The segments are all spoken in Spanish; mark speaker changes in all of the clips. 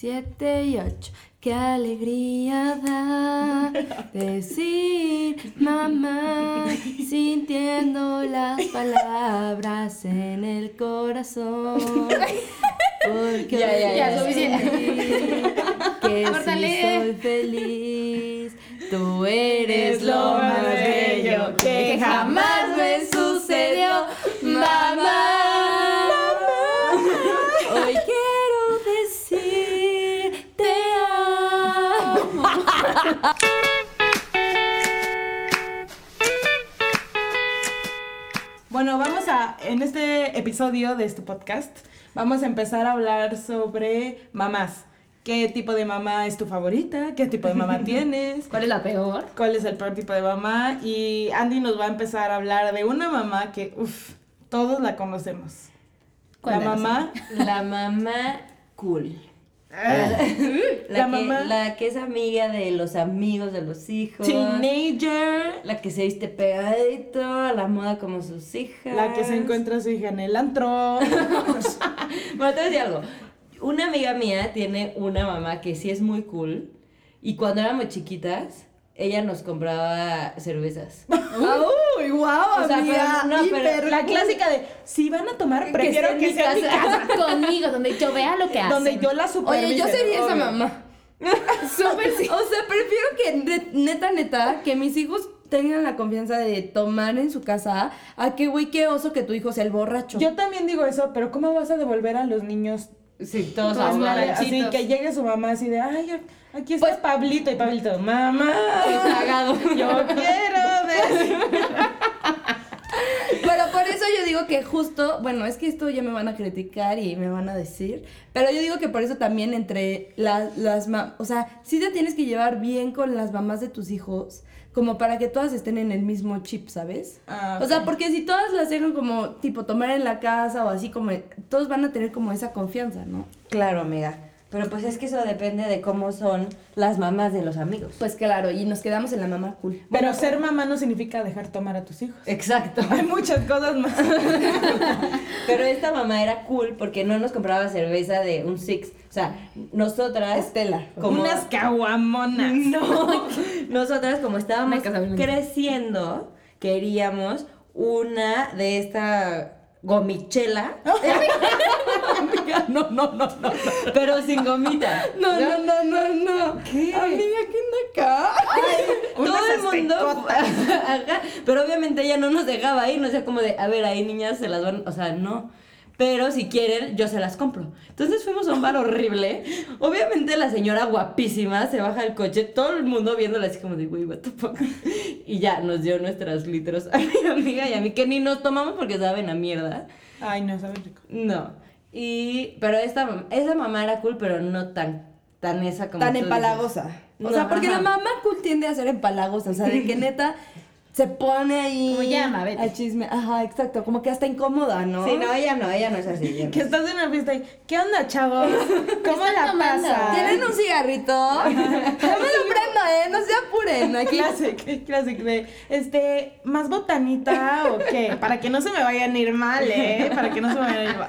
Speaker 1: Siete y ocho. Qué alegría da decir mamá, sintiendo las palabras en el corazón. Porque
Speaker 2: Ya, ya, ya,
Speaker 1: hoy
Speaker 3: suficiente.
Speaker 1: descubrí Que
Speaker 3: Córtale.
Speaker 1: sí soy feliz. Tú eres lo más bello que jamás me sucedió, mamá. Hoy quiero decir te amo.
Speaker 2: Bueno, vamos a, en este episodio de este podcast, vamos a empezar a hablar sobre mamás. ¿Qué tipo de mamá es tu favorita? ¿Qué tipo de mamá tienes?
Speaker 3: ¿Cuál es la peor?
Speaker 2: ¿Cuál es el peor tipo de mamá? Y Andy nos va a empezar a hablar de una mamá que, uff, todos la conocemos. La
Speaker 3: ¿Cuál de las-
Speaker 2: mamá,
Speaker 1: La mamá cool.
Speaker 2: La
Speaker 1: La, que,
Speaker 2: mamá-
Speaker 1: la que es amiga de los amigos de los hijos.
Speaker 2: teenager,
Speaker 1: La que se viste pegadito a la moda como sus hijas.
Speaker 2: la que se encuentra a su hija en el antro.
Speaker 1: Bueno, te voy a decir algo. Una amiga mía tiene una mamá que sí es muy cool. Y cuando éramos chiquitas, ella nos compraba cervezas.
Speaker 2: ¡Uy, wow,
Speaker 1: O sea,
Speaker 2: amiga!
Speaker 1: pero- no, pero
Speaker 2: hiper
Speaker 1: la
Speaker 2: cool. clásica de, si van a tomar, prefiero
Speaker 1: esté
Speaker 2: que
Speaker 1: en mi
Speaker 2: sea en mi
Speaker 1: casa".
Speaker 2: casa.
Speaker 3: Conmigo, donde yo vea lo que hace.
Speaker 2: Donde yo la supervise.
Speaker 4: Oye, yo sería esa
Speaker 2: obvio.
Speaker 4: mamá. Súper sí. O sea, prefiero que ne- neta, neta, que mis hijos tengan la confianza de tomar en su casa a que, güey, qué oso que tu hijo sea el borracho.
Speaker 2: Yo también digo eso, pero ¿cómo vas a devolver a los niños?
Speaker 1: Sí, todos
Speaker 4: Todos
Speaker 1: ahogados.
Speaker 4: mal.
Speaker 2: Así
Speaker 4: Borrachitos.
Speaker 2: que llegue su mamá así de, ay, aquí está
Speaker 4: Pues-
Speaker 2: Pablito y Pablito, mamá,
Speaker 1: Cagado.
Speaker 2: yo quiero decir.
Speaker 4: Pero por eso yo digo que justo, bueno, es que esto ya me van a criticar y me van a decir, pero yo digo que por eso también entre las, las ma- o sea, sí te tienes que llevar bien con las mamás de tus hijos, como para que todas estén en el mismo chip, ¿sabes?
Speaker 2: Ah,
Speaker 4: O sea, porque si todas las dejan como tipo tomar en la casa o así como, todos van a tener como esa confianza, ¿no?
Speaker 1: Claro, amiga. Pero pues es que eso depende de cómo son las mamás de los amigos.
Speaker 4: Pues claro, y nos quedamos en la mamá cool.
Speaker 2: Pero ser mamá no significa dejar tomar a tus hijos.
Speaker 1: Exacto.
Speaker 2: Hay muchas cosas más.
Speaker 1: Pero esta mamá era cool porque no nos compraba cerveza de un six. O sea, nosotras.
Speaker 4: Estela.
Speaker 1: Como
Speaker 2: Unas caguamonas.
Speaker 1: No. Nosotras, como estábamos
Speaker 3: Una casa blanca.
Speaker 1: creciendo, queríamos una de esta gomichela. no, no, no, no. Pero sin gomita.
Speaker 4: No, no, no, no, no.
Speaker 1: ¿Qué?
Speaker 4: Amiga, ¿qué onda acá?
Speaker 1: Todo el mundo. Ajá, Pero obviamente ella no nos dejaba ir, no sea como de, a ver, ahí niñas se las van. O sea, no. Pero si quieren, yo se las compro. Entonces fuimos a un bar horrible. Obviamente la señora guapísima se baja del coche, todo el mundo viéndola así como de, güey, what the fuck. Y ya nos dio nuestras litros a mi amiga y a mí, que ni nos tomamos porque saben a mierda.
Speaker 2: Ay, no, sabe rico.
Speaker 1: No. Y, pero esta, mam- esa mamá era cool, pero no tan, tan esa como
Speaker 4: Tan
Speaker 1: tú dices.
Speaker 4: empalagosa.
Speaker 1: No,
Speaker 4: o sea, porque
Speaker 1: ajá.
Speaker 4: la mamá cool tiende a ser empalagosa. O sea, de que neta se pone ahí.
Speaker 3: Como llama, vete.
Speaker 4: A chisme. Ajá, exacto. Como que hasta incómoda, ¿no?
Speaker 1: Sí, no, ella no, ella no es así. ella no
Speaker 2: Que estás en una fiesta y, ¿qué onda, chavos? ¿Cómo
Speaker 3: están
Speaker 2: la
Speaker 3: tomando?
Speaker 2: pasa?
Speaker 4: ¿Tienen un cigarrito? No me lo prendo, ¿eh? No se apuren. Aquí.
Speaker 2: Classic, classic de, este, ¿más botanita o qué? Para que no se me vayan a ir mal, ¿eh? Para que no se me vayan a ir mal.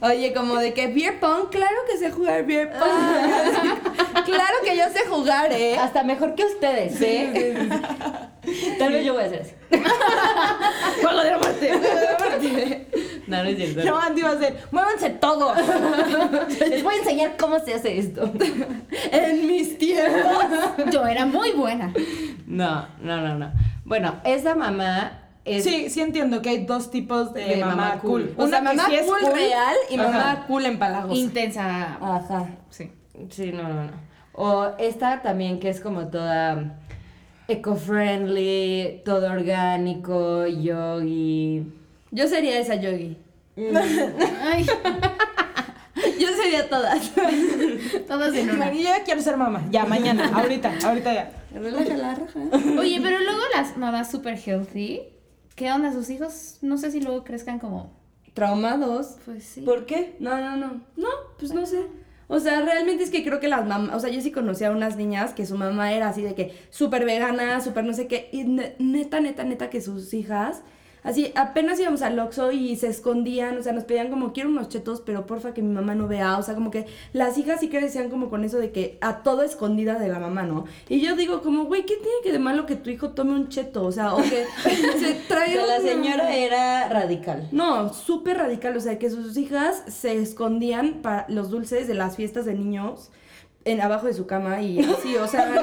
Speaker 4: Oye, como de que beer pong. Claro que sé jugar beer pong. claro que yo sé jugar, ¿eh?
Speaker 1: Hasta mejor que ustedes, ¿eh? Tal vez yo voy a hacer así.
Speaker 2: Juego de la muerte.
Speaker 1: No, no es cierto.
Speaker 2: No, Andy va a ser, muévanse todos.
Speaker 1: Les voy a enseñar cómo se hace esto.
Speaker 4: En mis tiempos.
Speaker 3: Yo era muy buena.
Speaker 1: No, no, no, no. Bueno, esa mamá es.
Speaker 2: Sí, sí entiendo que hay dos tipos de,
Speaker 1: De
Speaker 2: mamá,
Speaker 1: mamá
Speaker 2: cool.
Speaker 1: cool.
Speaker 4: O sea, mamá
Speaker 2: sí es
Speaker 4: cool, real y
Speaker 2: Ajá.
Speaker 4: mamá cool empalagosa.
Speaker 3: Intensa.
Speaker 4: Ajá.
Speaker 3: Sí.
Speaker 1: Sí, no, no, no. O esta también que es como toda eco-friendly, todo orgánico, yogi.
Speaker 4: Yo sería esa yogi.
Speaker 3: Ay,
Speaker 4: Yo sería todas.
Speaker 3: todas en una.
Speaker 2: Yo ya quiero ser mamá. Ya, mañana, ahorita, ahorita ya.
Speaker 4: Relaja la raja.
Speaker 3: Oye, pero luego las mamás super healthy. ¿Qué onda? Sus hijos, no sé si luego crezcan como.
Speaker 4: Traumados.
Speaker 3: Pues sí.
Speaker 4: ¿Por qué? No, no, no. No, pues no sé. O sea, realmente es que creo que las mamás, o sea, yo sí conocí a unas niñas que su mamá era así de que súper vegana, súper no sé qué, y ne- neta, neta, neta que sus hijas, Así, apenas íbamos al Oxxo y se escondían, o sea, nos pedían como, quiero unos chetos, pero porfa que mi mamá no vea, o sea, como que las hijas sí crecían como con eso de que a todo escondida de la mamá, ¿no? Y yo digo como, güey, ¿qué tiene que de malo que tu hijo tome un cheto? O sea, o que se
Speaker 1: O
Speaker 4: traiga
Speaker 1: sea, la
Speaker 4: una-
Speaker 1: señora era radical.
Speaker 4: no, súper radical, o sea, que sus hijas se escondían para los dulces de las fiestas de niños en abajo de su cama y así, o sea, no,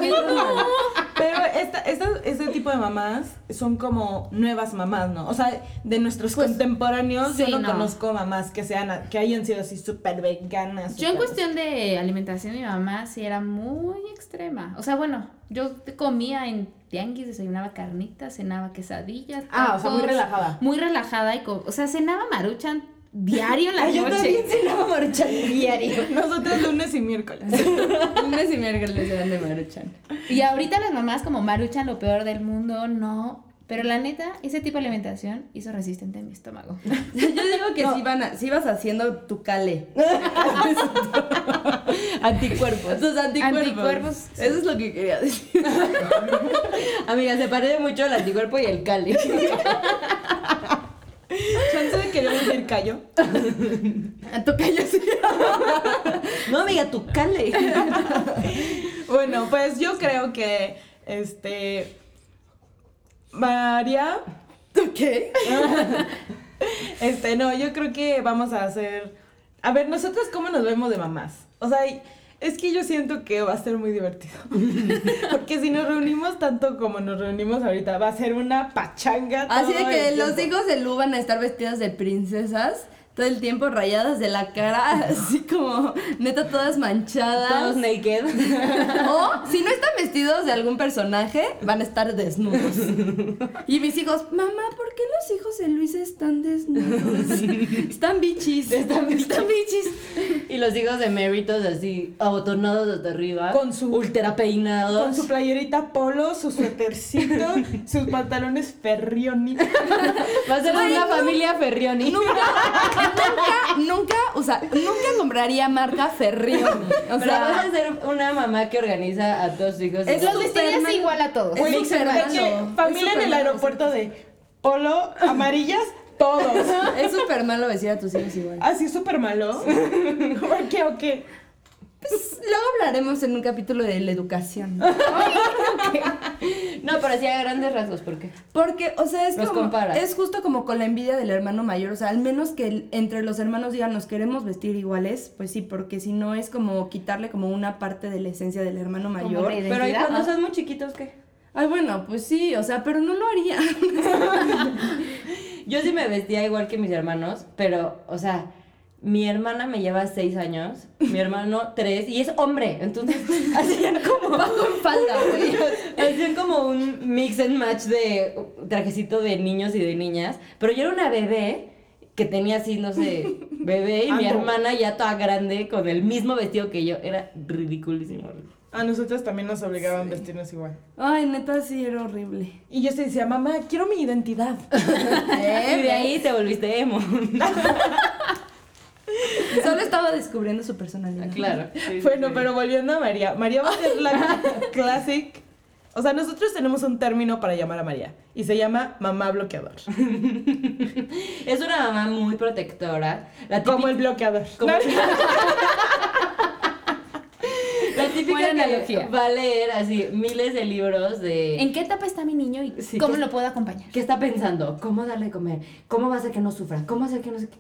Speaker 2: Pero esta, esta- este tipo de mamás son como nuevas mamás, ¿no? O sea, de nuestros contemporáneos
Speaker 3: sí,
Speaker 2: yo no,
Speaker 3: no.
Speaker 2: conozco mamás que sean que hayan sido así súper veganas.
Speaker 3: Yo en
Speaker 2: súper-
Speaker 3: cuestión de alimentación, mi mamá sí era muy extrema. O sea, bueno, yo comía en tianguis, desayunaba carnitas, cenaba quesadillas.
Speaker 2: Ah, o sea, muy
Speaker 3: tacos,
Speaker 2: relajada.
Speaker 3: Muy relajada y, co- o sea, cenaba maruchan diario en la
Speaker 1: Ay, yo
Speaker 3: noche.
Speaker 1: también cenaba maruchan diario.
Speaker 2: Nosotros lunes y miércoles.
Speaker 4: lunes y miércoles eran de Maruchan.
Speaker 3: Y ahorita las mamás como maruchan lo peor del mundo, no. Pero la neta, ese tipo de alimentación hizo resistente mi estómago.
Speaker 4: Yo digo que sí, van a- sí vas haciendo tu cale.
Speaker 1: Anticuerpos.
Speaker 4: Tus anticuerpos.
Speaker 3: Anticuerpos, sí.
Speaker 4: Eso es lo que quería decir.
Speaker 1: Amiga, se parece mucho el anticuerpo y el cali.
Speaker 2: Chance de querer decir callo.
Speaker 4: A tu callo sí.
Speaker 1: No, amiga, tu cali.
Speaker 2: Bueno, pues yo creo que este María
Speaker 4: ¿Tú qué?
Speaker 2: Este, no, yo creo que vamos a hacer. A ver, nosotros cómo nos vemos de mamás. O sea, y- es que yo siento que va a ser muy divertido. Porque si nos reunimos tanto como nos reunimos ahorita, va a ser una pachanga.
Speaker 4: Así de
Speaker 2: todo
Speaker 4: que
Speaker 2: el
Speaker 4: los
Speaker 2: tiempo.
Speaker 4: hijos de Lu van a estar vestidas de princesas todo el tiempo rayadas de la cara, así como neta todas manchadas.
Speaker 1: Todos naked.
Speaker 4: O si no están vestidos de algún personaje, van a estar desnudos. Y mis hijos, mamá, ¿por qué los hijos de Luis están desnudos? Están bichis. Están bichis.
Speaker 1: Y los hijos de méritos así, abotonados hasta arriba.
Speaker 2: Con su-
Speaker 1: Ultra peinados.
Speaker 2: Con su playerita polo, su suétercito, sus pantalones ferrioni.
Speaker 1: Va a ser
Speaker 4: Güey,
Speaker 1: una
Speaker 4: no.
Speaker 1: familia Ferrioni.
Speaker 4: Nunca, nunca, o sea, nunca compraría marca Ferrión. O
Speaker 1: O sea, vas
Speaker 4: sea,
Speaker 1: a ser una mamá que organiza a dos hijos.
Speaker 4: Es
Speaker 3: Los
Speaker 4: Superman.
Speaker 3: vestirías igual a todos.
Speaker 4: Es
Speaker 2: Güey,
Speaker 4: súper
Speaker 2: de
Speaker 4: malo,
Speaker 2: que
Speaker 4: es
Speaker 2: Familia en
Speaker 4: súper
Speaker 2: el
Speaker 4: malo,
Speaker 2: aeropuerto de polo, amarillas, todos.
Speaker 4: es súper malo decir a tus hijos igual.
Speaker 2: Así súper malo. ¿Por qué o qué?
Speaker 4: Pues, luego hablaremos en un capítulo de la educación.
Speaker 1: No, pero sí a grandes rasgos, ¿por qué?
Speaker 4: Porque, o sea, es
Speaker 1: Los
Speaker 4: como,
Speaker 1: comparas.
Speaker 4: es justo como con la envidia del hermano mayor, o sea, al menos que el- entre los hermanos digan nos queremos vestir iguales, pues sí, porque si no es como quitarle como una parte de la esencia del hermano
Speaker 3: Como
Speaker 4: mayor.
Speaker 3: la
Speaker 1: Pero ¿y
Speaker 3: ¿Identidad?
Speaker 1: cuando
Speaker 3: Ah.
Speaker 1: son muy chiquitos qué?
Speaker 4: Ay, bueno, pues sí, o sea, pero no lo haría.
Speaker 1: Yo sí me vestía igual que mis hermanos, pero, o sea, mi hermana me lleva seis años, mi hermano tres, y es hombre, entonces hacían como...
Speaker 4: Va con falda, güey.
Speaker 1: Hacían como un mix and match de trajecito de niños y de niñas, pero yo era una bebé que tenía así, no sé, bebé y mi
Speaker 2: Amo.
Speaker 1: hermana ya toda grande con el mismo vestido que yo, era ridiculísimo.
Speaker 2: A nosotros también nos obligaban a vestirnos igual.
Speaker 4: Ay, neta, sí, era horrible.
Speaker 2: Y yo sí decía, mamá, quiero mi identidad.
Speaker 1: Y de ahí te volviste emo.
Speaker 4: Solo estaba descubriendo su personalidad.
Speaker 1: Ah, claro.
Speaker 2: bueno, pero volviendo a María. María va a ser la classic. O sea, nosotros tenemos un término para llamar a María. Y se llama mamá bloqueador.
Speaker 1: Es una mamá muy protectora. La
Speaker 2: Como
Speaker 1: típica-
Speaker 2: el bloqueador.
Speaker 1: Como-
Speaker 2: No,
Speaker 1: La típica
Speaker 3: Buena
Speaker 1: que
Speaker 3: analogía.
Speaker 1: va a leer así miles de libros de
Speaker 3: ¿En qué etapa está mi niño y
Speaker 1: Sí,
Speaker 3: cómo
Speaker 4: pues.
Speaker 1: que-
Speaker 3: lo puedo acompañar?
Speaker 1: qué está pensando, cómo darle de comer, cómo va a hacer que no sufra, cómo hacer que no sé qué.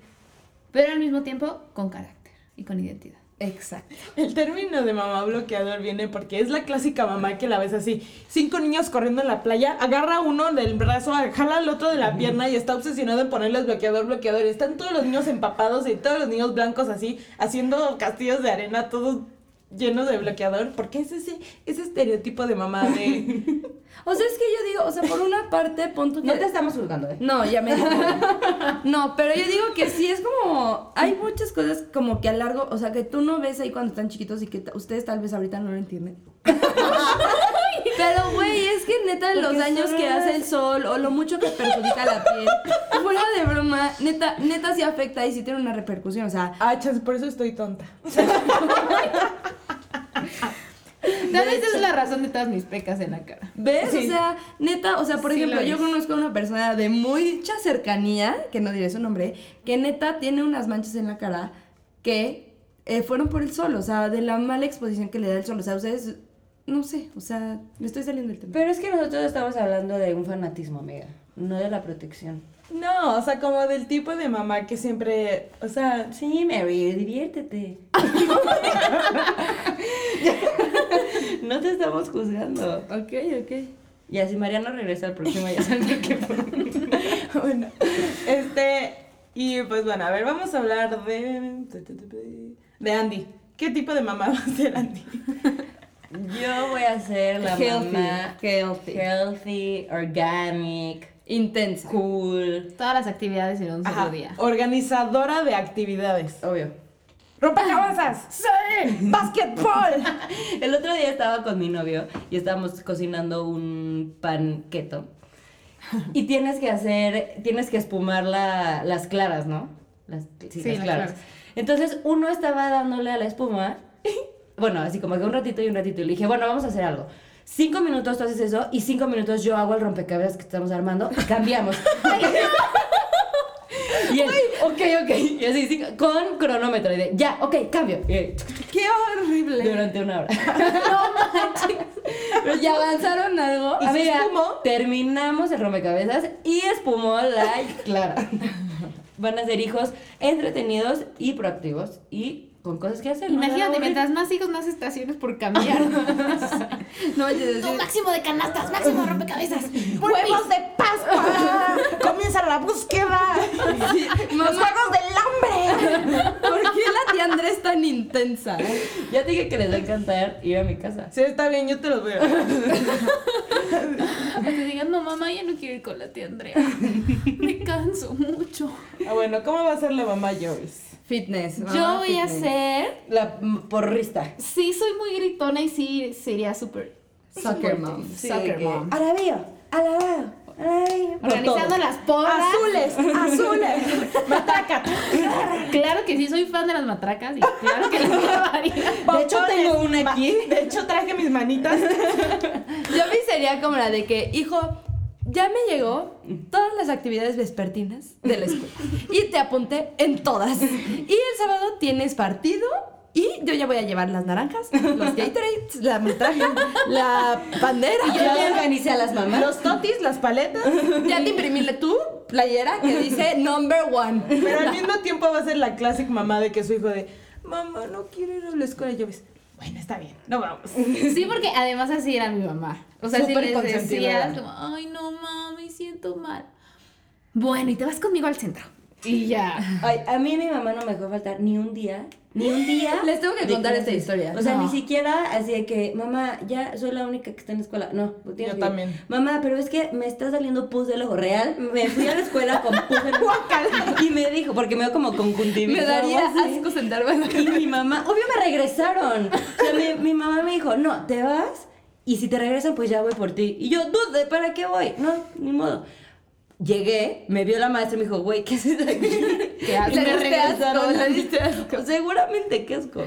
Speaker 3: Pero al mismo tiempo con carácter y con identidad.
Speaker 4: Exacto.
Speaker 2: El término de mamá bloqueador viene porque es la clásica mamá que la ves así. Cinco niños corriendo en la playa, agarra uno del brazo, jala al otro de la pierna y está obsesionada en ponerles bloqueador, bloqueador. Y Están todos los niños empapados y todos los niños blancos así, haciendo castillos de arena, todos llenos de bloqueador. Porque es ese, ese estereotipo de mamá de...
Speaker 4: O sea, es que yo digo, o sea, por una parte, pon tú que...
Speaker 1: No te estamos juzgando, ¿eh?
Speaker 4: No, ya me dijo. No, pero yo digo que sí, es como. Hay muchas cosas como que a largo. O sea, que tú no ves ahí cuando están chiquitos y que ta- ustedes tal vez ahorita no lo entienden. Pero, güey, es que neta, los
Speaker 1: Porque
Speaker 4: daños que
Speaker 1: solo
Speaker 4: hace
Speaker 1: es-
Speaker 4: el sol o lo mucho que perjudica la piel, fuera de broma, neta, neta sí afecta y sí tiene una repercusión. O sea,
Speaker 2: Ah, chas, por eso estoy tonta.
Speaker 3: Tal vez es la razón de todas mis pecas en la cara.
Speaker 4: ¿Ves? O sea, neta, o sea, por
Speaker 3: Sí
Speaker 4: ejemplo,
Speaker 3: lo
Speaker 4: yo
Speaker 3: es.
Speaker 4: conozco a una persona de mucha cercanía, que no diré su nombre, que neta tiene unas manchas en la cara que eh, fueron por el sol, o sea, de la mala exposición que le da el sol. O sea, ustedes, no sé, o sea, me estoy saliendo del tema.
Speaker 1: Pero es que nosotros estamos hablando de un fanatismo, amiga, no de la protección.
Speaker 2: No, o sea, como del tipo de mamá que siempre, o sea,
Speaker 1: Sí, Mary, diviértete. no te estamos juzgando.
Speaker 4: ok, ok.
Speaker 1: Y así Mariano regresa al próximo ya sabe qué fue.
Speaker 2: bueno, este, y pues bueno, a ver, vamos a hablar de, de Andy. ¿Qué tipo de mamá va a ser Andy?
Speaker 1: Yo voy a ser la
Speaker 4: Healthy,
Speaker 1: mamá
Speaker 4: healthy.
Speaker 1: healthy, organic,
Speaker 4: Intensa.
Speaker 1: cool.
Speaker 3: Todas las actividades en un solo
Speaker 2: Ajá,
Speaker 3: día.
Speaker 2: organizadora de actividades.
Speaker 1: Obvio.
Speaker 2: ¡Rompecabezas! ¡Sí! ¡Básquetbol!
Speaker 1: El otro día estaba con mi novio y estábamos cocinando un pan keto. Y tienes que hacer, tienes que espumar la- las claras, ¿no? Las, sí,
Speaker 3: Sí,
Speaker 1: las
Speaker 3: las
Speaker 1: claras.
Speaker 3: claras.
Speaker 1: Entonces uno estaba dándole a la espuma, bueno, así como que un ratito y un ratito. Y le dije, bueno, vamos a hacer algo. Cinco minutos tú haces eso y cinco minutos yo hago el rompecabezas que estamos armando y cambiamos. Y él, ok, ok. Y así, sí, con cronómetro. Y de, ya, ok, cambio. Y él,
Speaker 4: ¡Qué horrible!
Speaker 1: durante una hora.
Speaker 4: Pero ya avanzaron algo.
Speaker 1: Y
Speaker 4: A ver,
Speaker 1: se espumó. Terminamos el rompecabezas y espumó la clara. Van a ser hijos entretenidos y proactivos y con cosas que hacer. ¿no?
Speaker 3: Imagínate,
Speaker 1: Nada
Speaker 3: mientras más hijos, más estaciones por cambiar.
Speaker 4: no manches, es-
Speaker 3: máximo de canastas, máximo de rompecabezas.
Speaker 2: ¡Huevos de Pascua! ¡Comienza la búsqueda!
Speaker 4: Mamá,
Speaker 2: ¡Los juegos del hambre!
Speaker 4: ¿por qué la tía Andrés tan intensa?
Speaker 1: aburrido. Ya te dije que les va a encantar ir a mi casa.
Speaker 2: Sí, está bien, yo te los voy a
Speaker 3: Hasta que digan, no, mamá, ya no quiero ir con la tía Andrea. Me canso mucho.
Speaker 2: Ah, bueno, ¿cómo va a ser la mamá Joyce?
Speaker 4: Fitness. mamá,
Speaker 3: Yo voy a
Speaker 4: fitness.
Speaker 3: ser.
Speaker 1: La mm, porrista.
Speaker 3: Sí, soy muy gritona y sí sería súper.
Speaker 4: Soccer mom.
Speaker 2: Sí,
Speaker 3: Soccer
Speaker 2: que-
Speaker 3: mom.
Speaker 1: Alabeo, alabado, alabeo.
Speaker 3: Organizando las porras.
Speaker 2: ¡Azules! ¡Azules! ¡Mataca!
Speaker 3: Claro que sí, soy fan de las matracas y claro que las grabaría.
Speaker 1: De hecho, tengo una
Speaker 2: Ma-
Speaker 1: aquí.
Speaker 2: De hecho, traje mis manitas.
Speaker 4: Yo me sería como la de que, hijo, ya me llegó todas las actividades vespertinas de la escuela y te apunté en todas. Y el sábado tienes partido y yo ya voy a llevar las naranjas, los Gatorades, la metraja, la bandera.
Speaker 1: Yo ya organicé a las mamás.
Speaker 2: Los totis, las paletas.
Speaker 4: Ya te imprimirle tu playera que dice number one.
Speaker 2: Pero al mismo tiempo va a ser la clásica mamá de que su hijo de... Mamá, no quiero ir a la escuela. Y Joyce, bueno, está bien, no vamos.
Speaker 3: Sí, porque además así era mi mamá. O sea, si
Speaker 2: Súper
Speaker 3: les
Speaker 2: consentidora.
Speaker 3: decías, como, ay, no, mami, siento mal. Bueno, y te vas conmigo al centro. Y ya.
Speaker 1: Ay, a mí mi mamá no me dejó faltar ni un día, ni un día.
Speaker 4: Les tengo que
Speaker 1: de
Speaker 4: contar esta
Speaker 1: clases.
Speaker 4: historia.
Speaker 1: O sea,
Speaker 3: No.
Speaker 1: ni siquiera así de que, mamá, ya soy la única que está en la escuela. No, pues, tú tienes
Speaker 2: Yo
Speaker 1: que ir.
Speaker 2: también.
Speaker 1: Mamá, pero es que me está saliendo pus del ojo real. Me fui a la escuela con pus en el ojo. Y me dijo, porque me dio como conjuntivitis.
Speaker 4: Me daría
Speaker 1: o algo así.
Speaker 4: asco sentarme en la
Speaker 1: Y mi mamá, obvio me regresaron. O sea, mi, mi mamá me dijo, no, te vas y si te regresan, pues ya voy por ti. Y yo, dude, ¿para qué voy? No, ni modo. Llegué, me vio la maestra y me dijo, güey, ¿qué haces aquí?
Speaker 3: Qué asco.
Speaker 1: Y me
Speaker 4: Le diste
Speaker 1: regresaron
Speaker 4: asco,
Speaker 1: la
Speaker 4: le diste
Speaker 1: neta. Seguramente, qué asco.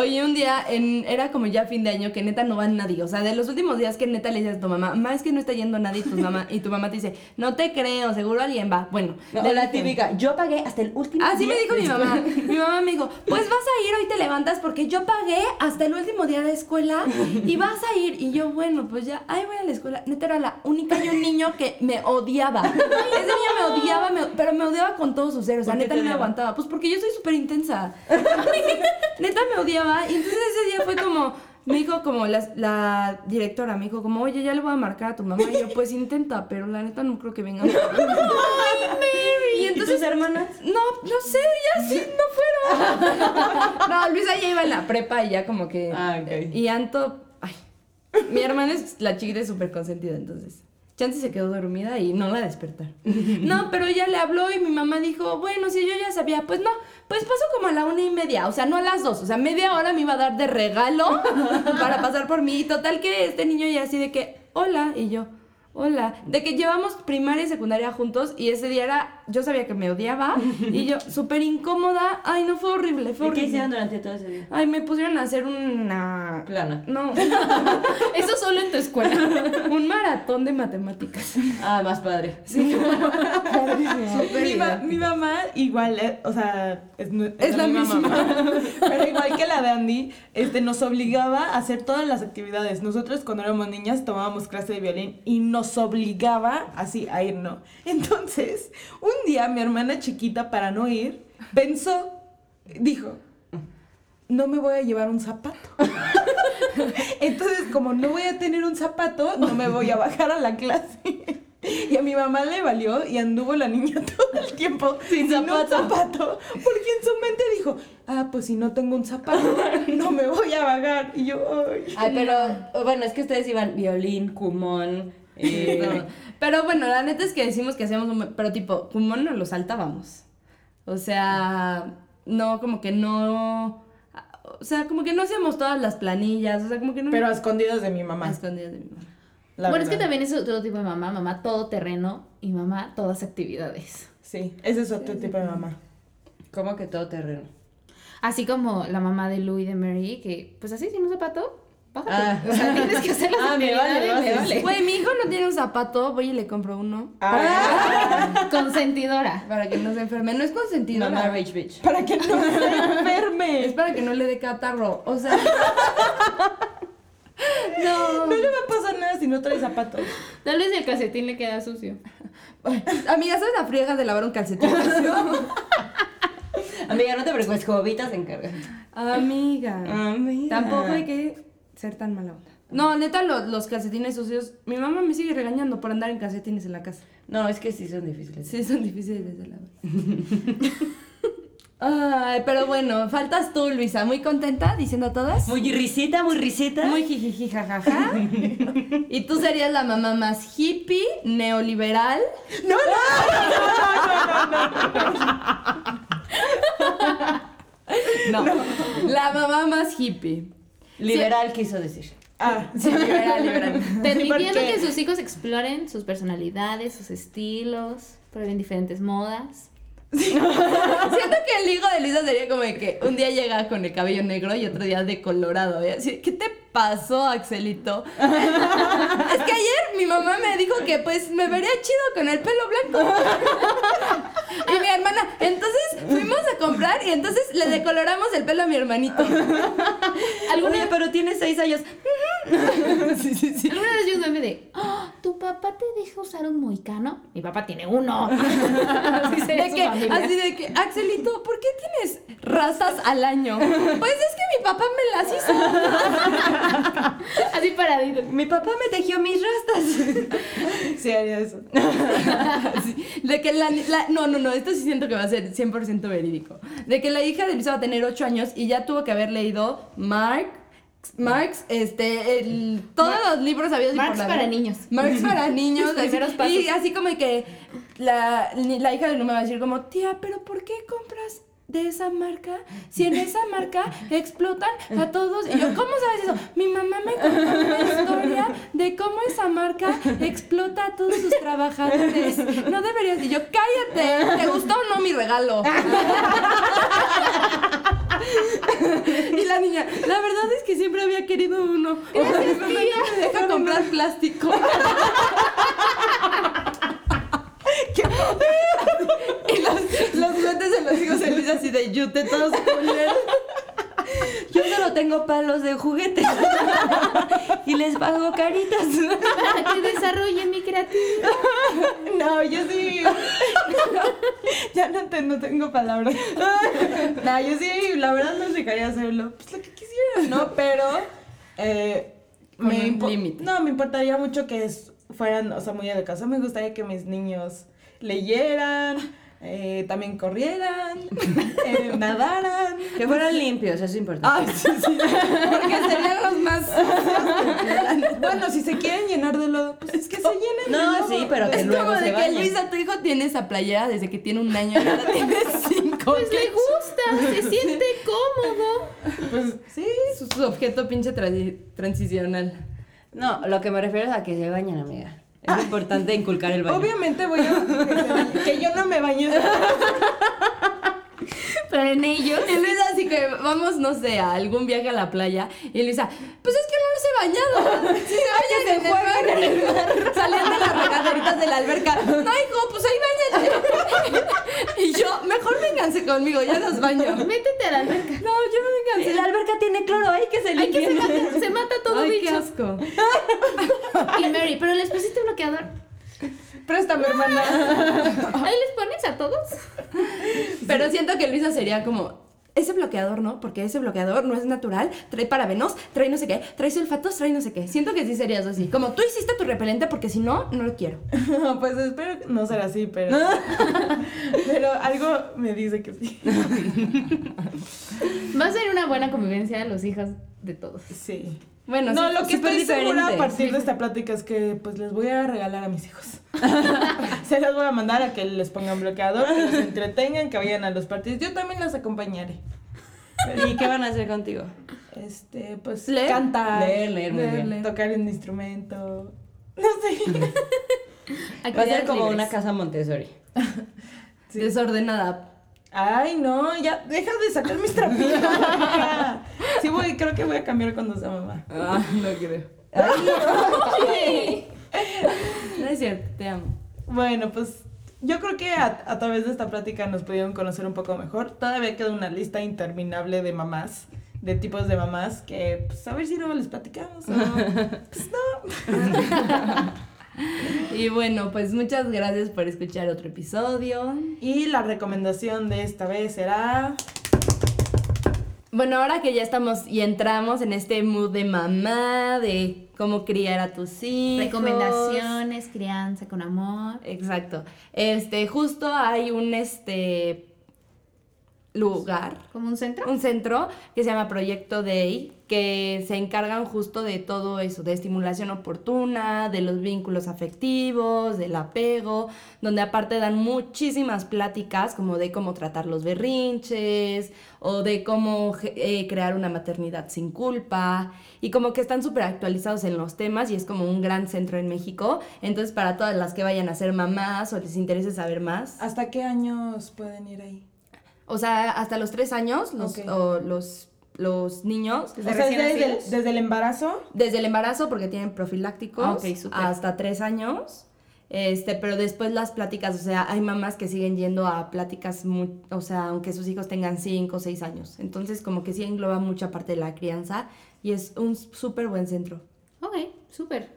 Speaker 4: Oye, un día en- era como ya fin de año que neta no va nadie. O sea, de los últimos días que neta le dices a tu mamá, más que no está yendo nadie, y tu mamá, y tu mamá te dice, no te creo, seguro alguien va. Bueno,
Speaker 1: O
Speaker 4: de
Speaker 1: la típica, yo pagué hasta el último
Speaker 4: Así
Speaker 1: día
Speaker 4: Ah, me dijo
Speaker 1: de
Speaker 4: mi
Speaker 1: escuela.
Speaker 4: mamá. Mi mamá me dijo, pues vas a ir, hoy te levantas porque yo pagué hasta el último día de escuela y vas a ir. Y yo, bueno, pues ya, ahí voy a la escuela. Neta era la única y un niño que me odiaba. Ese niño me odiaba, me- pero me odiaba con todos sus seres. O sea,
Speaker 1: ¿Por qué
Speaker 4: neta
Speaker 1: te
Speaker 4: no me
Speaker 1: odiaba?
Speaker 4: aguantaba. Pues porque yo soy súper intensa. Entonces, neta me odiaba. Y entonces ese día fue como... Me dijo como la, la directora, me dijo como, oye, ya le voy a marcar a tu mamá. Y yo, pues intenta, pero la neta no creo que venga.
Speaker 1: ¿Y, tus hermanas?
Speaker 4: No, no sé, ya sí, no fueron. No, Luisa ya iba en la prepa y ya como que.
Speaker 2: Ah, ok.
Speaker 4: Y Anto. Ay. Mi hermana es la chiquita es súper consentida, entonces. Chance se quedó dormida y no la despertaron. No, pero ella le habló y mi mamá dijo, bueno, si yo ya sabía, pues no, pues pasó como a la una y media, o sea, no a las dos, o sea, media hora me iba a dar de regalo para pasar por mí. Y total que este niño ya así de que, hola, y yo, hola. De que llevamos primaria y secundaria juntos y ese día era, yo sabía que me odiaba y yo súper incómoda. Ay, no, fue horrible, fue
Speaker 1: ¿Y qué hicieron
Speaker 4: horrible.
Speaker 1: durante todo ese día?
Speaker 4: Ay, me pusieron a hacer una...
Speaker 1: Plana.
Speaker 4: No,
Speaker 3: Eso solo en tu escuela.
Speaker 4: un maratón de matemáticas.
Speaker 1: Ah, más padre.
Speaker 2: Mi, ma- mi mamá igual, eh, o sea, es, nu-
Speaker 4: Es la
Speaker 2: mi
Speaker 4: misma.
Speaker 2: pero igual que la de Andy, este, nos obligaba a hacer todas las actividades. Nosotros cuando éramos niñas tomábamos clase de violín y nos obligaba así a ir, ¿no? Entonces, un día mi hermana chiquita para no ir, pensó, dijo, no me voy a llevar un zapato. Entonces, como no voy a tener un zapato, no me voy a bajar a la clase. Y a mi mamá le valió y anduvo la niña todo el tiempo sin, un zapato. Porque en su mente dijo, ah, pues si no tengo un zapato, no me voy a bajar. Y yo, ay.
Speaker 1: Ay, pero bueno, es que ustedes iban violín, cumón. eh,
Speaker 4: No. Pero bueno, la neta es que decimos que hacíamos un... Pero tipo, Kumon no lo saltábamos. O sea, no, como que no... O sea, como que no hacíamos todas las planillas. O sea, como que no...
Speaker 2: Pero a escondidas de mi
Speaker 4: A
Speaker 2: mamá.
Speaker 4: escondidas de mi mamá.
Speaker 2: la
Speaker 3: bueno, es que
Speaker 2: verdad.
Speaker 3: también es otro tipo de mamá, mamá todo terreno y mamá todas actividades.
Speaker 2: Sí, ese es otro tipo de mamá.
Speaker 1: Como que todo terreno.
Speaker 3: Así como la mamá de Lou y de Mary, que pues así sin un zapato, bájate.
Speaker 1: Ah.
Speaker 3: O sea, tienes que hacer las
Speaker 1: Ah, me vale,
Speaker 3: actividades,
Speaker 1: lo haces.
Speaker 4: Pues, Güey, mi hijo no tiene un zapato, voy y le compro uno.
Speaker 2: Ah,
Speaker 3: Consentidora.
Speaker 4: Para que no se enferme. No es consentido.
Speaker 1: Mamá
Speaker 4: la-
Speaker 1: Rich Bitch.
Speaker 2: para que no se
Speaker 4: Es
Speaker 2: enferme.
Speaker 4: para que no le dé catarro. O sea... no.
Speaker 2: No le va a pasar nada si no trae zapatos.
Speaker 3: Tal vez el calcetín le queda sucio.
Speaker 4: Amiga, ¿sabes la friega de lavar un calcetín?
Speaker 1: Amiga, no te preocupes, Jovita se encarga.
Speaker 4: Amiga.
Speaker 1: Amiga.
Speaker 4: Tampoco hay que ser tan mala onda. Ah. No, neta, lo- los calcetines sucios. Mi mamá me sigue regañando por andar en calcetines en la casa.
Speaker 1: No, es que sí son difíciles.
Speaker 4: Sí, son difíciles de lavar. Ay, pero bueno, faltas tú, Luisa. Muy contenta diciendo a todas.
Speaker 1: Muy risita, muy risita.
Speaker 4: Muy jijiji, jajaja. Y tú serías la mamá más hippie, neoliberal. No, no, no, La mamá más hippie.
Speaker 1: Liberal quiso decir.
Speaker 2: Ah,
Speaker 4: Sí, liberal, liberal.
Speaker 3: Permitiendo
Speaker 2: porque-
Speaker 3: que sus hijos exploren sus personalidades, sus estilos, prueben diferentes modas.
Speaker 4: Siento que el hijo de Luisa sería como de que un día llega con el cabello negro y otro día de colorado. ¿eh? Así, ¿Qué te pasó, Axelito? es que ayer mi mamá me dijo que pues me vería chido con el pelo blanco. y mi hermana, entonces fuimos a comprar y entonces le decoloramos el pelo a mi hermanito.
Speaker 1: Alguna, pero tiene seis años.
Speaker 4: sí, sí, sí.
Speaker 3: Alguna vez vi un meme de, "Ah, ¿tu papá te deja usar un mohicano? Mi papá tiene uno. así sería
Speaker 4: De
Speaker 3: su
Speaker 4: que,
Speaker 3: familia.
Speaker 4: así de que, Axelito, ¿por qué tienes razas al año? Pues es que mi papá me las hizo.
Speaker 3: Así paradito.
Speaker 1: Mi papá me tejió mis rastas.
Speaker 2: sí haría eso.
Speaker 4: Sí, De que la, la- No, no, no, esto sí siento que va a ser 100% verídico. De que la hija de Luisa va a tener 8 años y ya tuvo que haber leído Marx, Marx, este, el- todos los libros habidos y
Speaker 3: Marx
Speaker 4: por la
Speaker 3: para
Speaker 4: vida.
Speaker 3: niños.
Speaker 4: Marx para niños. así-
Speaker 3: primeros pasos.
Speaker 4: Y así como que la, la hija de Luma va a decir como, tía, pero ¿por qué compras? De esa marca, si en esa marca explotan a todos. Y yo, ¿cómo sabes eso? Mi mamá me contó una historia de cómo esa marca explota a todos sus trabajadores. No deberías. Y yo, cállate, ¿te gustó o no mi regalo? Y la niña, la verdad es que siempre había querido uno. Gracias, tía. Me deja comprar plástico. y los, los guantes de los hijos se les así de yute todos culeros.
Speaker 1: Yo solo tengo palos de juguetes. y les pago caritas.
Speaker 3: Para que desarrolle mi creatividad.
Speaker 2: No, yo sí. ya no, te- no tengo palabras. no, yo sí, la verdad no dejaría hacerlo. Pues lo que quisiera, ¿no? Pero. eh,
Speaker 4: Con un
Speaker 2: impo-
Speaker 4: límite.
Speaker 2: No, me importaría mucho que es- fueran, o sea, muy educados. Me gustaría que mis niños leyeran, eh, también corrieran, eh, nadaran.
Speaker 1: Que fueran limpios, eso es importante.
Speaker 2: Ay, sí, sí.
Speaker 4: Porque serían los más.
Speaker 2: Bueno, si se quieren llenar de lodo, pues es que se llenen
Speaker 1: No,
Speaker 2: de lodo.
Speaker 1: sí, pero que
Speaker 4: Es
Speaker 1: luego
Speaker 4: como
Speaker 1: se
Speaker 4: de que
Speaker 1: bañen.
Speaker 4: Luisa, tu hijo tiene esa playera desde que tiene un año y ahora tiene cinco.
Speaker 3: Pues le gusta, se siente cómodo.
Speaker 2: Pues sí.
Speaker 4: Su, su objeto pinche transi- transicional.
Speaker 1: No, lo que me refiero es a que se bañan, amiga. Es importante inculcar el baño.
Speaker 2: Obviamente voy a... que yo no me baño.
Speaker 3: Pero en ellos.
Speaker 4: Y Luisa así que vamos, no sé, a algún viaje a la playa. Y Luisa, pues es que no los he bañado. Si se bañan en el mar, en el mar, salían de las regaderitas de la alberca. No, hijo, pues ahí bañate. y yo, mejor vénganse conmigo, ya los baño.
Speaker 3: Métete a la alberca.
Speaker 4: No, yo no vénganse.
Speaker 1: La alberca tiene cloro, hay que se
Speaker 3: Ay, que se
Speaker 1: limpien.
Speaker 3: mata, se mata todo
Speaker 4: Ay, qué
Speaker 3: bicho.
Speaker 4: asco.
Speaker 3: Y Mary, pero les pusiste bloqueador.
Speaker 2: Préstame, hermana.
Speaker 3: Ahí les pones a todos.
Speaker 4: Pero siento que Luisa sería como. Ese bloqueador no, porque ese bloqueador no es natural, trae parabenos, trae no sé qué, trae sulfatos, trae no sé qué. Siento que sí serías así. Como tú hiciste tu repelente porque si no, no lo quiero.
Speaker 2: Pues espero que no será así, pero... Pero algo me dice que sí.
Speaker 3: Va a ser una buena convivencia de los hijos de todos.
Speaker 2: Sí.
Speaker 4: Bueno,
Speaker 2: no,
Speaker 4: sí,
Speaker 2: lo que
Speaker 4: súper
Speaker 2: estoy segura a
Speaker 4: diferente.
Speaker 2: partir de esta plática es que pues les voy a regalar a mis hijos. Se los voy a mandar a que les pongan bloqueador, que los entretengan, que vayan a los partidos. Yo también las acompañaré.
Speaker 1: ¿Y qué van a hacer contigo?
Speaker 2: Este, pues
Speaker 4: Leer.
Speaker 2: cantar,
Speaker 1: Leer, leer, muy bien.
Speaker 2: tocar un instrumento. No sé.
Speaker 1: Va a
Speaker 3: Actividades
Speaker 1: ser como
Speaker 3: libres.
Speaker 1: una casa Montessori.
Speaker 2: Sí.
Speaker 4: Desordenada.
Speaker 2: Ay, no, ya deja de sacar mis trapitos. mamá. sí voy, creo que voy a cambiar cuando sea mamá.
Speaker 1: Ah, no creo.
Speaker 4: No es cierto, te amo.
Speaker 2: Bueno, pues yo creo que a, a través de esta plática nos pudieron conocer un poco mejor. Todavía queda una lista interminable de mamás, de tipos de mamás, que pues a ver si luego les platicamos. o no.
Speaker 4: Y bueno, pues muchas gracias por escuchar otro episodio.
Speaker 2: y la recomendación de esta vez será...
Speaker 4: Bueno, ahora que ya estamos y entramos en este mood de mamá, de cómo criar a tus hijos.
Speaker 3: Recomendaciones, crianza con amor.
Speaker 4: Exacto. Este, justo hay un este lugar,
Speaker 3: Como un centro.
Speaker 4: un centro que se llama Proyecto Day, que se encargan justo de todo eso, de estimulación oportuna, de los vínculos afectivos, del apego, donde aparte dan muchísimas pláticas como de cómo tratar los berrinches o de cómo ge- eh, crear una maternidad sin culpa y como que están súper actualizados en los temas y es como un gran centro en México. Entonces para todas las que vayan a ser mamás o les interese saber más.
Speaker 2: ¿Hasta qué años pueden ir ahí?
Speaker 4: O sea, hasta los tres años, los,
Speaker 2: Ok.
Speaker 4: o los, los niños.
Speaker 2: O sea,
Speaker 3: recién
Speaker 2: desde, el-
Speaker 3: nacidos?
Speaker 2: desde el embarazo.
Speaker 4: Desde el embarazo, porque tienen profilácticos,
Speaker 3: Ah, ok, súper.
Speaker 4: hasta tres años. Este, pero después las pláticas, o sea, hay mamás que siguen yendo a pláticas, mu- o sea, aunque sus hijos tengan cinco o seis años. Entonces, como que sí engloba mucha parte de la crianza y es un súper buen centro.
Speaker 3: Ok, súper.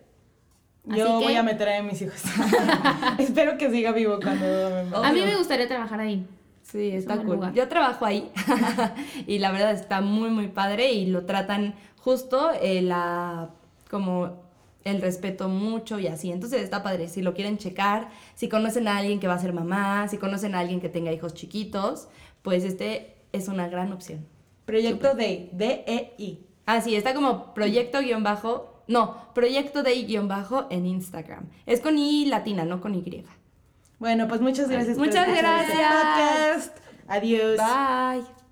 Speaker 3: Así
Speaker 2: Yo
Speaker 3: que-
Speaker 2: voy a meter a mis hijos. Espero que siga vivo cuando me muera.
Speaker 3: A mí me gustaría trabajar ahí.
Speaker 4: Sí, está
Speaker 3: buen
Speaker 4: cool.
Speaker 3: lugar.
Speaker 4: Yo trabajo ahí y la verdad está muy, muy padre y lo tratan justo eh, la, como el respeto mucho y así. Entonces está padre. Si lo quieren checar, si conocen a alguien que va a ser mamá, si conocen a alguien que tenga hijos chiquitos, pues este es una gran opción.
Speaker 2: Proyecto DEI. D-E-I.
Speaker 4: Ah, sí, está como proyecto guión bajo, no, proyecto de guión bajo en Instagram. Es con I latina, no con Y.
Speaker 2: Bueno, pues muchas gracias. por
Speaker 4: Muchas
Speaker 2: escuchar este
Speaker 4: gracias.
Speaker 2: podcast. Adiós.
Speaker 4: Bye.